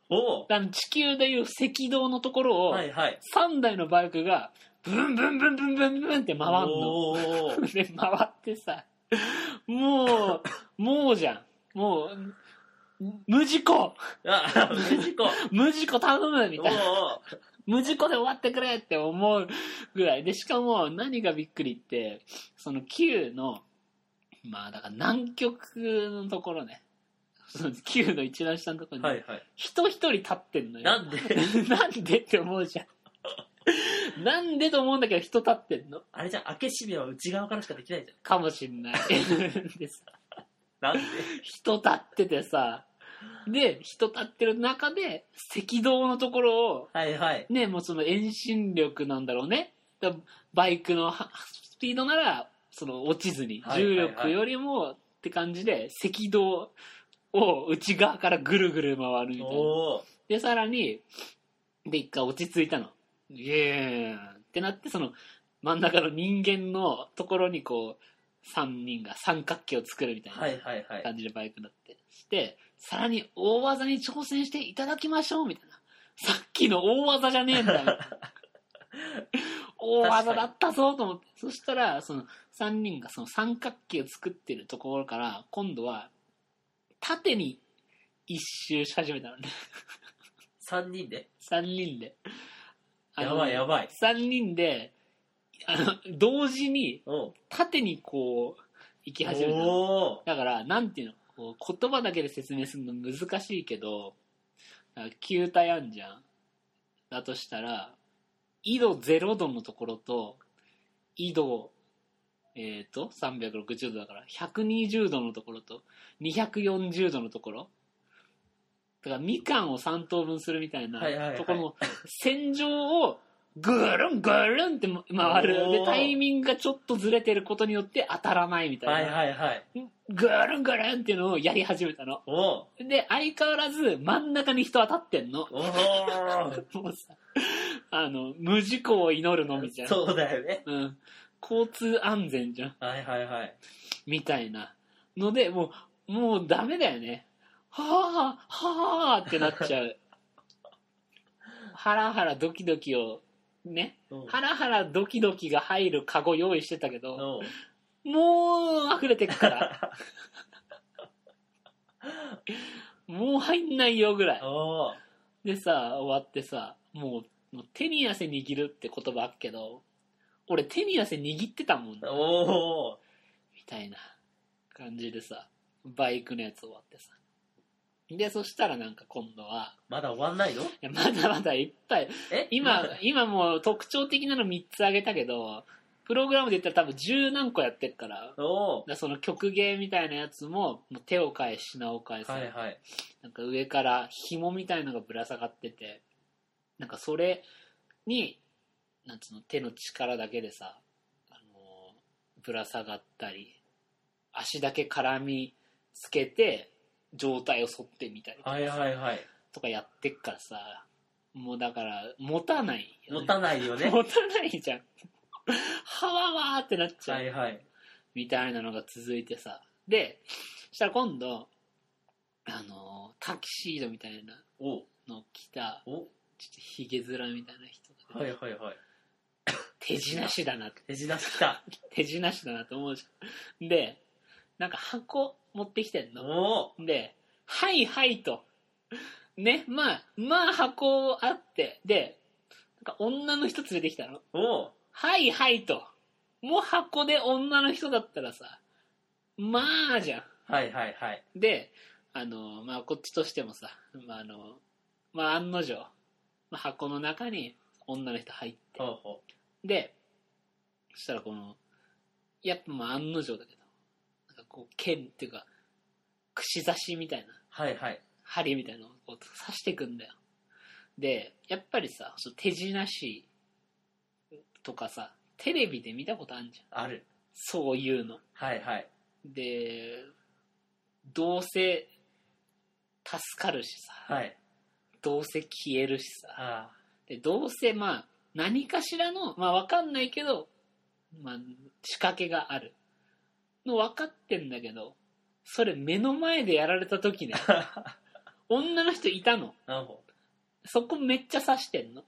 Speaker 2: おう
Speaker 1: あの地球でいう赤道のところを、
Speaker 2: はいはい。
Speaker 1: 3台のバイクが、ブンブンブンブンブンブンって回んの。
Speaker 2: おうおうお う
Speaker 1: で、回ってさ、もう、もうじゃん。もう、無事故
Speaker 2: あ、無事故。おう
Speaker 1: 無事故頼む みたいな。
Speaker 2: おう
Speaker 1: 無事故で終わってくれって思うぐらい。で、しかも何がびっくりって、その Q の、まあだから南極のところね。その Q の一番下のところ
Speaker 2: は
Speaker 1: に、
Speaker 2: いはい。
Speaker 1: 人一人立ってんのよ。
Speaker 2: なん で、
Speaker 1: なんでって思うじゃん。なんでと思うんだけど人立ってんの
Speaker 2: あれじゃん、開け閉めは内側からしかできないじ
Speaker 1: かもしんない。でさ
Speaker 2: ゃん。なんで
Speaker 1: 人立っててさ、で、人立ってる中で、赤道のところを
Speaker 2: はいはい。
Speaker 1: ね、もうその遠心力なんだろうね。だバイクのはスピードなら、その落ちずに、
Speaker 2: はいは
Speaker 1: 重
Speaker 2: いはい
Speaker 1: 力よりもって感じで、赤道を内側からぐるぐる回るみたいな。
Speaker 2: おお
Speaker 1: で、さらに、で、一回落ち着いたの。イエーンってなって、その真ん中の人間のところにこう、三人が三角形を作るみたいな。
Speaker 2: はいはいはい。
Speaker 1: 感じのバイクになって、して、さらに大技に挑戦していただきましょう、みたいな。さっきの大技じゃねえんだ よ。みたいな大技だったぞと思って。そしたら、その3人がその三角形を作ってるところから、今度は、縦に一周し始めたのね。
Speaker 2: 3人で。
Speaker 1: 3人で。あの
Speaker 2: やばいやばい。
Speaker 1: 3人で、あの、同時に
Speaker 2: おう
Speaker 1: 縦にこう、行き始めたの。
Speaker 2: おお
Speaker 1: だから、なんていうの、こう言葉だけで説明するの難しいけど、だから球体あんじゃん。だとしたら、緯度0度のところと、緯度、えっ、と、360度だから、120度のところと、240度のところ。だから、みかんを3等分するみたいな
Speaker 2: はいはいはい
Speaker 1: ところの、線上を、ぐるんぐるんって回る。
Speaker 2: お
Speaker 1: で、
Speaker 2: ー
Speaker 1: タイミングがちょっとずれてることによって当たらないみたいな。
Speaker 2: はいはいはい。
Speaker 1: ぐるんぐるんっていうのをやり始めたの。
Speaker 2: おお
Speaker 1: で、相変わらず真ん中に人当たってんの。
Speaker 2: おお
Speaker 1: もうさ、あの、無事故を祈るのみたいな。
Speaker 2: そうだよね。
Speaker 1: うん。交通安全じゃん。
Speaker 2: はいはいはい。
Speaker 1: みたいな。ので、もう、もうダメだよね。はあ、はあってなっちゃう。 ハラハラドキドキを、ね。
Speaker 2: おう
Speaker 1: ハラハラドキドキが入るカゴ用意してたけど、
Speaker 2: おう
Speaker 1: もう溢れてくから。もう入んないよぐらい。
Speaker 2: おう
Speaker 1: でさ、終わってさ、もう、もう手に汗握るって言葉あっけど、俺手に汗握ってたもんな、み
Speaker 2: おお
Speaker 1: たいな感じでさ、バイクのやつ終わってさ。で、そしたらなんか今度は、
Speaker 2: まだ終わんないの
Speaker 1: いやまだまだいっぱい、
Speaker 2: え
Speaker 1: 今、今もう特徴的なの3つあげたけど、プログラムで言ったら多分十何個やってるから、だか
Speaker 2: おお
Speaker 1: らその曲芸みたいなやつも、もう手を変え、品を変えさ、
Speaker 2: はいはい。
Speaker 1: なんか上から紐みたいのがぶら下がってて、なんかそれに、なんつうの、手の力だけでさ、あのぶら下がったり、足だけ絡みつけて、上体を反ってみたり
Speaker 2: はいはいはい。
Speaker 1: とかやってっからさ、もうだから、持たないよ
Speaker 2: 持
Speaker 1: ね、
Speaker 2: たないよね。
Speaker 1: 持たないじゃん。 はわわーってなっちゃう。
Speaker 2: はいはい。
Speaker 1: みたいなのが続いてさ。で、そしたら今度、あのタキシードみたいな
Speaker 2: おう
Speaker 1: の着た、
Speaker 2: おう
Speaker 1: ちょっとヒゲ面みたいな人が、
Speaker 2: はいはいはい。
Speaker 1: 手品師だな、
Speaker 2: 手品してきた。
Speaker 1: 手品師だなと思うじゃん。で、なんか箱持ってきてんの。
Speaker 2: おお
Speaker 1: で、はいはいと。ね、まあ、まあ箱あって、で、なんか女の人連れてきたの。
Speaker 2: おう
Speaker 1: はいはいと。もう箱で女の人だったらさ、まあじゃ
Speaker 2: はいはいはい。
Speaker 1: ん。で、あの、まあこっちとしてもさ、まああの、まあ案の定、まあ、箱の中に女の人入って
Speaker 2: ほう。ほ
Speaker 1: で、そしたらこの、やっぱまあ案の定だけど、なんかこう剣っていうか、串刺しみたいな。
Speaker 2: う。はいはい。
Speaker 1: 針みたいなのをこう刺していくんだよ。で、やっぱりさ、その手品師とかさ、テレビで見たことあるじゃん。
Speaker 2: ある。
Speaker 1: そういうの。
Speaker 2: はいはい。
Speaker 1: で、どうせ助かるしさ、
Speaker 2: はい。
Speaker 1: どうせ消えるしさ、
Speaker 2: あ
Speaker 1: でどうせまあ、何かしらの、まあわかんないけど、まあ、仕掛けがある。の分かってんだけど、それ目の前でやられた時ね、
Speaker 2: あ。
Speaker 1: 女の人いたの。
Speaker 2: なるほ
Speaker 1: そこめっちゃ刺してんの。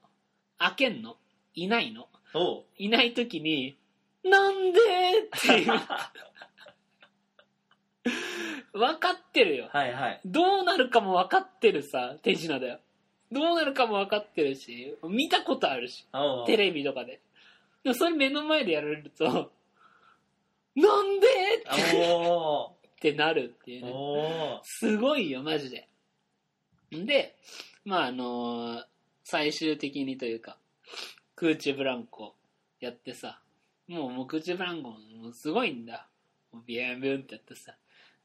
Speaker 1: 開けんのいないの
Speaker 2: ど。おう。
Speaker 1: いないときに、なんでって いう。分かってるよ。
Speaker 2: はいはい。
Speaker 1: どうなるかも分かってるさ、手品だよ。どうなるかも分かってるし、見たことあるし、
Speaker 2: おう。
Speaker 1: テレビとかで。でもそれ目の前でやられると、なんで
Speaker 2: あお
Speaker 1: ってなるっていう
Speaker 2: ー
Speaker 1: ね。
Speaker 2: おー
Speaker 1: すごいよ、マジで。んで、まあ、あのー最終的にというか、空中ブランコやってさ、もうもう空中ブランコもうすごいんだ。もうビュンビュンってやってさ。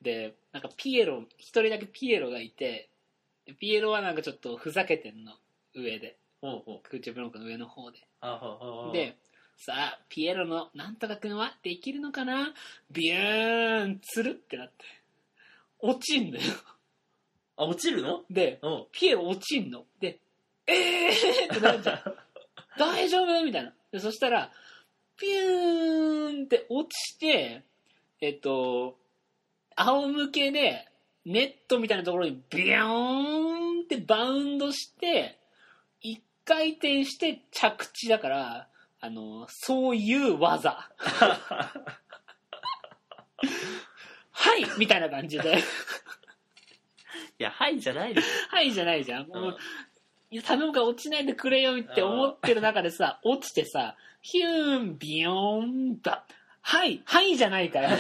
Speaker 1: で、なんかピエロ、一人だけピエロがいて、でピエロはなんかちょっとふざけてんの、上で。
Speaker 2: おうおう。
Speaker 1: 空中ブランコの上の方で。
Speaker 2: あほうほうほう。
Speaker 1: で、さあ、ピエロのなんとかくんはできるのかなビューン、つるってなって。落ちんのよ。
Speaker 2: あ、落ちるの
Speaker 1: で、
Speaker 2: おう。
Speaker 1: ピエロ落ちんの。で、えーってなるじゃん。大丈夫みたいな。でそしたら、ピューンって落ちて、えっと、仰向けで、ネットみたいなところにビヨーンってバウンドして、一回転して着地だから、あの、そういう技。はいみたいな感じで。
Speaker 2: いや、はいじゃないでし
Speaker 1: はいじゃないじゃん。
Speaker 2: ょ。
Speaker 1: もういや頼むから落ちないでくれよって思ってる中でさ、落ちてさ、ヒューン、ビヨーンだ。はい、はいじゃないから。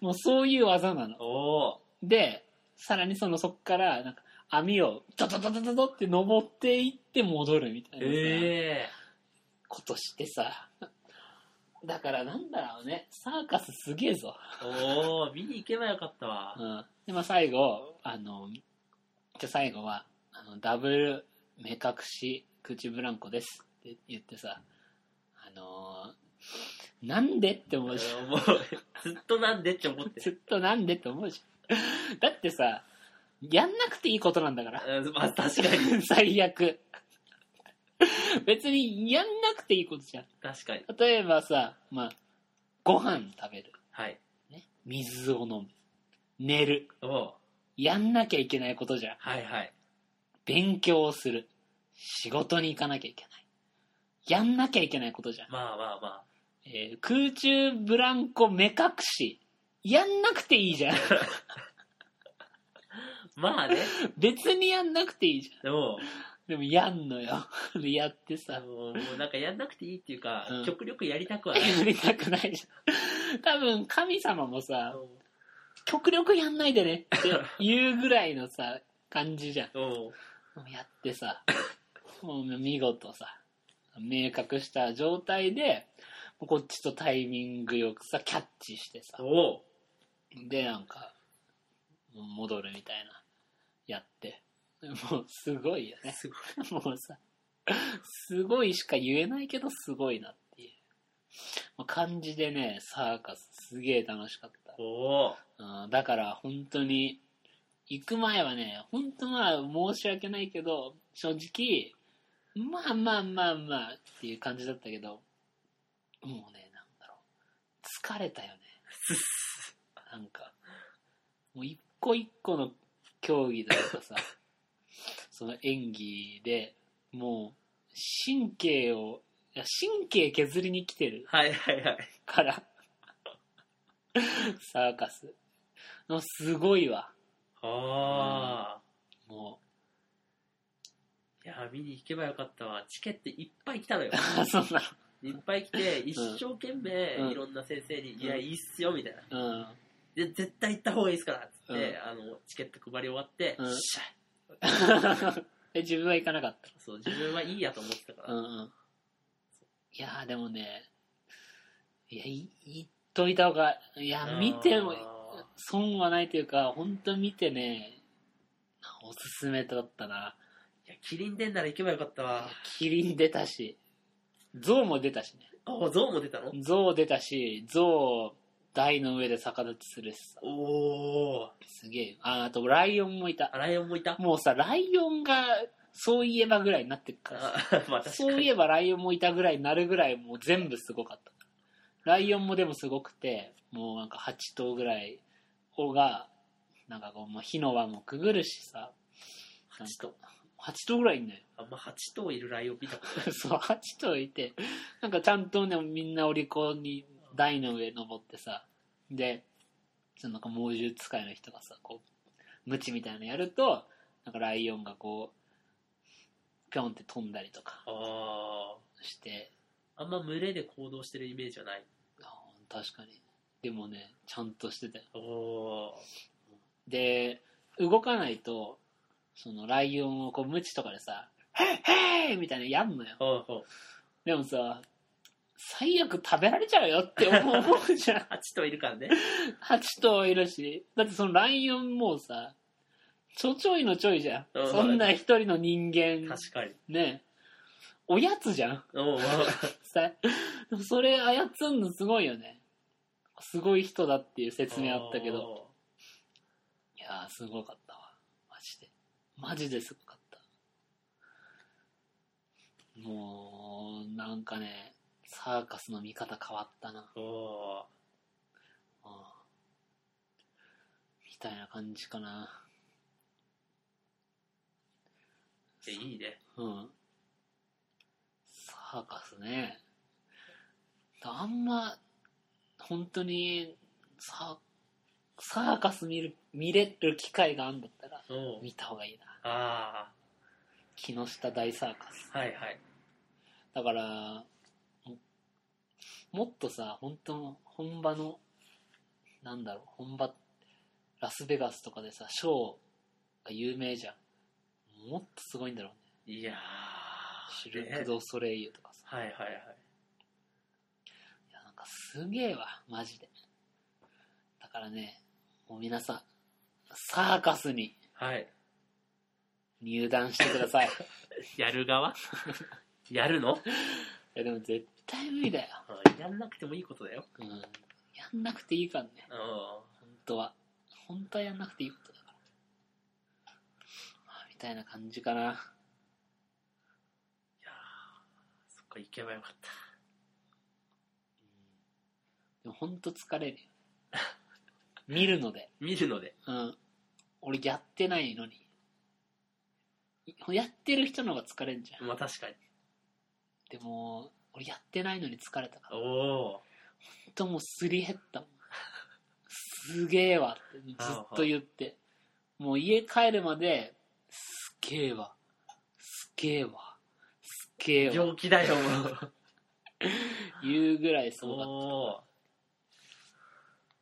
Speaker 1: もうそういう技なの。
Speaker 2: おお。
Speaker 1: で、さらにそのそっから、なんか網をドドドドドドって登っていって戻るみたいなさ、
Speaker 2: ええ
Speaker 1: ことしてさ。だからなんだろうね、サーカスすげえぞ。
Speaker 2: おお、見に行けばよかったわ
Speaker 1: う。ん。で、まあ最後、あの、じゃあ最後は、あの、ダブル目隠し口ブランコですって言ってさ、あのーなんでって思うじゃん。
Speaker 2: もう、ずっとなんでって思 って
Speaker 1: ずっとなんでって思うじゃん。だってさ、やんなくていいことなんだから。
Speaker 2: る。うんまあ、確かに。
Speaker 1: に。最悪。別にやんなくていいことじゃん。
Speaker 2: 確かに。
Speaker 1: 例えばさ、まあ、ご飯食べる。
Speaker 2: はい。
Speaker 1: 水を飲む。寝る。
Speaker 2: おお。
Speaker 1: やんなきゃいけないことじゃん。
Speaker 2: はいはい。
Speaker 1: 勉強をする。仕事に行かなきゃいけない。やんなきゃいけないことじゃん。
Speaker 2: まあまあま
Speaker 1: えー空中ブランコ目隠し。やんなくていいじゃん。
Speaker 2: あ。まあね。
Speaker 1: 別にやんなくていいじゃん。
Speaker 2: でも、
Speaker 1: でもやんのよ。 でやって
Speaker 2: あ
Speaker 1: さ、
Speaker 2: のもうなんかやんなくていいっていうか、
Speaker 1: うん
Speaker 2: 極力やりたくはない。
Speaker 1: やりたくないじゃん。多分神様も
Speaker 2: あ
Speaker 1: さ、
Speaker 2: の
Speaker 1: 極力やんないでねって言うぐらいのさ、感じじゃん。
Speaker 2: おう
Speaker 1: やってさ、 もう見事さ、明確した状態で、こっちとタイミングよくさ、キャッチしてさ、
Speaker 2: おう。
Speaker 1: で、なんか、戻るみたいな、やって。もう、すごいよね。
Speaker 2: すごい。
Speaker 1: もうさ、すごいしか言えないけど、すごいなっていうまあ感じでね、サーカスすげえ楽しかった。
Speaker 2: おう。
Speaker 1: うんだから本当に、行く前はね、本当まあ申し訳ないけど、正直、まあまあまあまあっていう感じだったけど、もうね、なんだろう。疲れたよね。なんか、もう一個一個の競技だとかさ、その演技で、もう、神経を、いや神経削りに来てる
Speaker 2: はいはいはい。
Speaker 1: から、サーカス。もうすごいわ。
Speaker 2: ああ、
Speaker 1: も
Speaker 2: いや、見に行けばよかったわ。チケットいっぱい 来たのよ
Speaker 1: う。。あ、そうな
Speaker 2: うんいっぱい来て、一生懸命
Speaker 1: うん
Speaker 2: いろんな先生に、
Speaker 1: ん
Speaker 2: いや、いいっすよ、みたいな。
Speaker 1: の。うん。
Speaker 2: で、絶対行った方がいいっすから、つって、
Speaker 1: うん
Speaker 2: あの、チケット配り終わって、
Speaker 1: うん
Speaker 2: しゃ
Speaker 1: え、自分は行かなかっ
Speaker 2: そう、自分はいいやと思ってたか
Speaker 1: た。う
Speaker 2: ら。
Speaker 1: んうん。いやー、でもね、いや、い行っといた方が、いや、見ても
Speaker 2: あ
Speaker 1: 損はないというか、本当見てね、おすすめだったな。
Speaker 2: ーいや、キリン出んなら行けばよかったわ。
Speaker 1: キリン出たし、象も出たしね。
Speaker 2: あ、ゾウも出たの
Speaker 1: 象出たし、象、台の上で逆立ちするしさ。
Speaker 2: おー。
Speaker 1: すげえよ。あ、あとライオンもいた。
Speaker 2: あライオンもいた
Speaker 1: もうさ、ライオンが、そういえばぐらいになってるからさ。
Speaker 2: あ まあ、確か
Speaker 1: そうい
Speaker 2: に。
Speaker 1: えばライオンもいたぐらいになるぐらいもう全部すごかった。ライオンもでもすごくて、もうなんか8頭ぐらいをが、なんかこう、もう火の輪もくぐるしさ、
Speaker 2: 8頭。
Speaker 1: 8頭ぐらいいんのよ。
Speaker 2: あんま8頭いるライオン見たことな い。
Speaker 1: そう、8頭いて、なんかちゃんとね、みんなお利口に台の上登ってさ、で、そのなんか猛獣使いの人がさ、こう、ムチみたいなのやると、なんかライオンがこう、ぴょんって飛んだりとか
Speaker 2: あ
Speaker 1: して、
Speaker 2: あ。あんま群れで行動してるイメージはない。
Speaker 1: あ確かに。でもね、ちゃんとしてたよ。
Speaker 2: おー。
Speaker 1: で、動かないと、そのライオンをこう、ムチとかでさ、へっへーみたいなのやんのよ。
Speaker 2: ほうほう。
Speaker 1: でもさ、最悪食べられちゃうよって思う思うじゃん。
Speaker 2: 8頭いるからね。
Speaker 1: 8頭いるし。だってそのライオンもうさ、ちょちょいのちょいじゃん。
Speaker 2: うん
Speaker 1: そんな一人の人間、
Speaker 2: 確かに。
Speaker 1: ね。おやつじゃん。
Speaker 2: おー。
Speaker 1: さでもそれ操んのすごいよね。すごい人だっていう説明あったけど。
Speaker 2: ど。
Speaker 1: いやー、すごかったわ。マジで。マジですごかった。もう、なんかね、サーカスの見方変わったな。
Speaker 2: おー。
Speaker 1: うんみたいな感じかな。
Speaker 2: でいいね。
Speaker 1: うん。サーカスね。あんま、本当に、サー、サーカス見る、見れる機会があるんだったら、
Speaker 2: おー
Speaker 1: 見た方がいいな。
Speaker 2: あ
Speaker 1: 木下大サーカス。
Speaker 2: あ。はいはい。
Speaker 1: だから、ももっとさ、本当本場の、なんだろう、本場、ラスベガスとかでさ、ショーが有名じゃん。もっとすごいんだろうね。
Speaker 2: いや
Speaker 1: シ
Speaker 2: ー。
Speaker 1: ル
Speaker 2: ね
Speaker 1: ク・ドゥ・ソレイユとかさ。
Speaker 2: はいはいはい。
Speaker 1: いや、なんかすげえわ、マジで。だからね、もう皆さん、サーカスに
Speaker 2: はい。
Speaker 1: 入団してください。い
Speaker 2: やる側 やるの
Speaker 1: や、でも絶対無理だよ。
Speaker 2: うんやんなくてもいいことだよ。
Speaker 1: うん。やんなくていいからね。
Speaker 2: うん。
Speaker 1: 本当は。本当はやんなくていいことだから。まあ、みたいな感じかな。
Speaker 2: いやーそっか、行けばよかった。
Speaker 1: でも本当疲れるよ。見るので。
Speaker 2: 見るので。
Speaker 1: うん。俺やってないのに。いやってる人の方が疲れんじゃん。
Speaker 2: まあ確かに。
Speaker 1: でも、俺やってないのに疲れたから。
Speaker 2: お
Speaker 1: 本当もうすり減ったもん。すげえわってずっと言って。もう家帰るまで、すげえわ。すげえわ。すげえ
Speaker 2: ー。
Speaker 1: わ。
Speaker 2: 病気だ よ、もう。
Speaker 1: 言うぐらいすごかっ
Speaker 2: お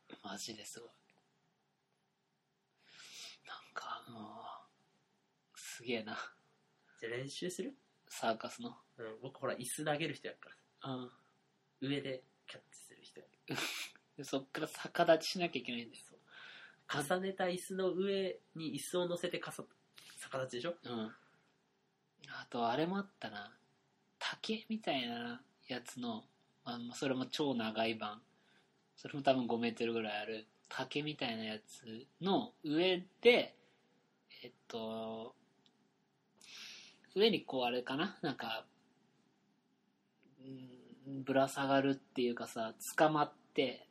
Speaker 1: た。マジですごい。なんか、うんすげえな、
Speaker 2: ーじゃあ練習する、
Speaker 1: サーカスの。
Speaker 2: うん、僕ほら、椅子投げる人やるから。
Speaker 1: うん。
Speaker 2: 上でキャッチする人やる。
Speaker 1: でそっから逆立ちしなきゃいけないんだよ。
Speaker 2: 重ねた椅子の上に椅子を乗せてかさ逆立ちでしょ
Speaker 1: うん。あと、あれもあったな。竹みたいなやつの、あまあそれも超長い版。それも多分5メートルぐらいある。竹みたいなやつの上で、えっと、上にこうあれかななんか、うんぶら下がるっていうかさ、捕まって、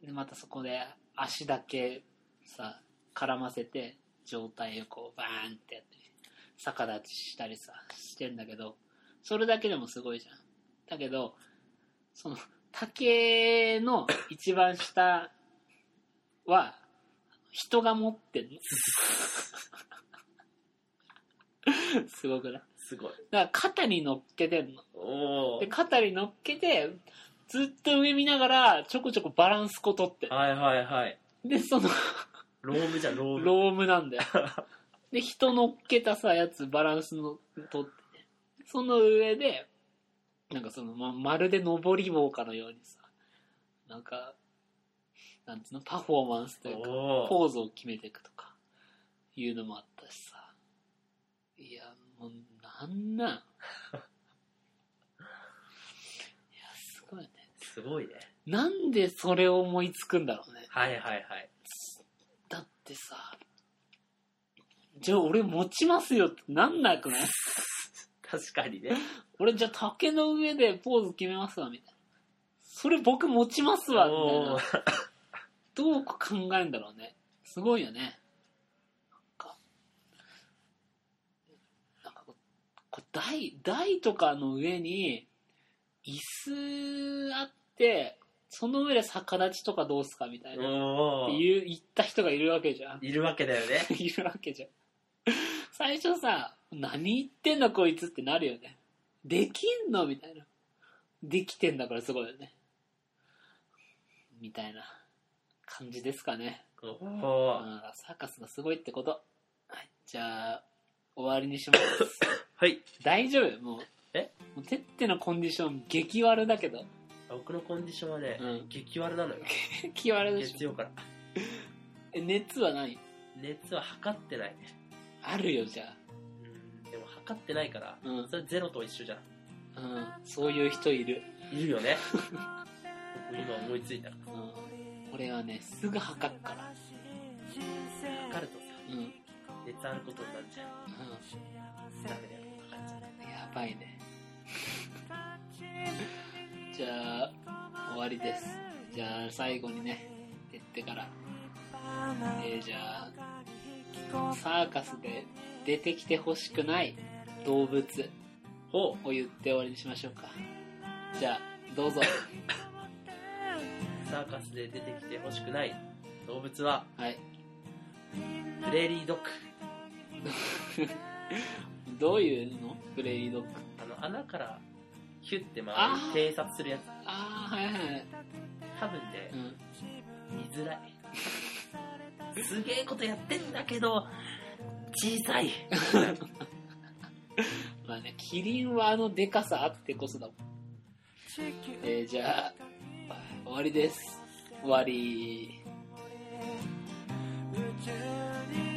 Speaker 1: で、またそこで足だけさ、絡ませて、状態をこうバーンってやって逆立ちしたりさしてんだけどそれだけでもすごいじゃんだけどその竹の一番下は人が持ってんの。 すごくない
Speaker 2: すご
Speaker 1: だ
Speaker 2: い。
Speaker 1: から肩に乗っけてんの。
Speaker 2: おお
Speaker 1: で、。肩に乗っけて、ずっと上見ながら、ちょこちょこバランスこ取って。
Speaker 2: はいはいはい。
Speaker 1: で、その、
Speaker 2: ロームじゃんローム。
Speaker 1: ローム なんだよ。で、人乗っけたさ、やつ、バランスの、取って、ね、その上で、なんかその、ま、まるで登り棒かのようにさ、なんか、なんつうの、パフォーマンスというか、
Speaker 2: おお。
Speaker 1: ポーズを決めていくとか、いうのもあったしさ。いや、もう、なん なんいや、すごいね。
Speaker 2: すごいね。
Speaker 1: なんでそれを思いつくんだろうね。
Speaker 2: はいはいはい。
Speaker 1: だってさ、じゃあ俺持ちますよってなんなくない
Speaker 2: 確かにね。
Speaker 1: 俺じゃあ竹の上でポーズ決めますわ、みたいな。それ僕持ち ますわ、みたい
Speaker 2: お
Speaker 1: な
Speaker 2: お。。
Speaker 1: どう考えるんだろうね。すごいよね。なんか、なんかこう、こう台、台とかの上に、椅子あって、その上で逆立ちとかどうすかみたいな。っ
Speaker 2: おお
Speaker 1: て。いう、言った人がいるわけじゃん。
Speaker 2: いるわけだよね。
Speaker 1: いるわけじゃん。最初さ、何言ってんのこいつってなるよね。できんのみたいな。できてんだからすごいよね。みたいな感じですかね。
Speaker 2: お
Speaker 1: う
Speaker 2: お。
Speaker 1: んサーカスがすごいってこと。はい、じゃあ、終わりにし ます。
Speaker 2: はい。
Speaker 1: 大丈夫もう。
Speaker 2: え
Speaker 1: もうてってのコンディション激悪だけど。
Speaker 2: 僕のコンディションはね
Speaker 1: う、ん。
Speaker 2: 激悪なのよ。
Speaker 1: 激悪でし
Speaker 2: 月
Speaker 1: ょ。
Speaker 2: 曜から。
Speaker 1: え、熱はない
Speaker 2: 熱は測ってない。
Speaker 1: あるよ、じゃあ。
Speaker 2: うんでも測ってないから、
Speaker 1: うん
Speaker 2: それゼロと一緒じゃん。
Speaker 1: うん。そういう人いる。
Speaker 2: いるよね。僕今思いついた。
Speaker 1: うん。俺はね、すぐ測っから。
Speaker 2: 測るとさ、
Speaker 1: うん、うん、
Speaker 2: 熱あることになっちゃう。ダメだよ。測っちゃう。
Speaker 1: やばいね じゃあ終わりですじゃあ最後にね言ってからえーじゃあサーカスで出てきてほしくない動物
Speaker 2: ほ
Speaker 1: を言って終わりにしましょうかじゃあどう ぞ
Speaker 2: う、サーカスで出てきてほしくない動物は、
Speaker 1: はい
Speaker 2: プレーリードッグ。
Speaker 1: どういうのプレイドッグ
Speaker 2: あの、穴から、ヒュッて回
Speaker 1: あー
Speaker 2: り、偵察するやつ。
Speaker 1: ああはいはいはい
Speaker 2: 多分ね
Speaker 1: う、ん
Speaker 2: 見づらい。すげえことやってんだけど、小さい。
Speaker 1: まあねキリンはあのでかさあってこそだもんえーじゃあ終わりです終わり
Speaker 3: 宇宙に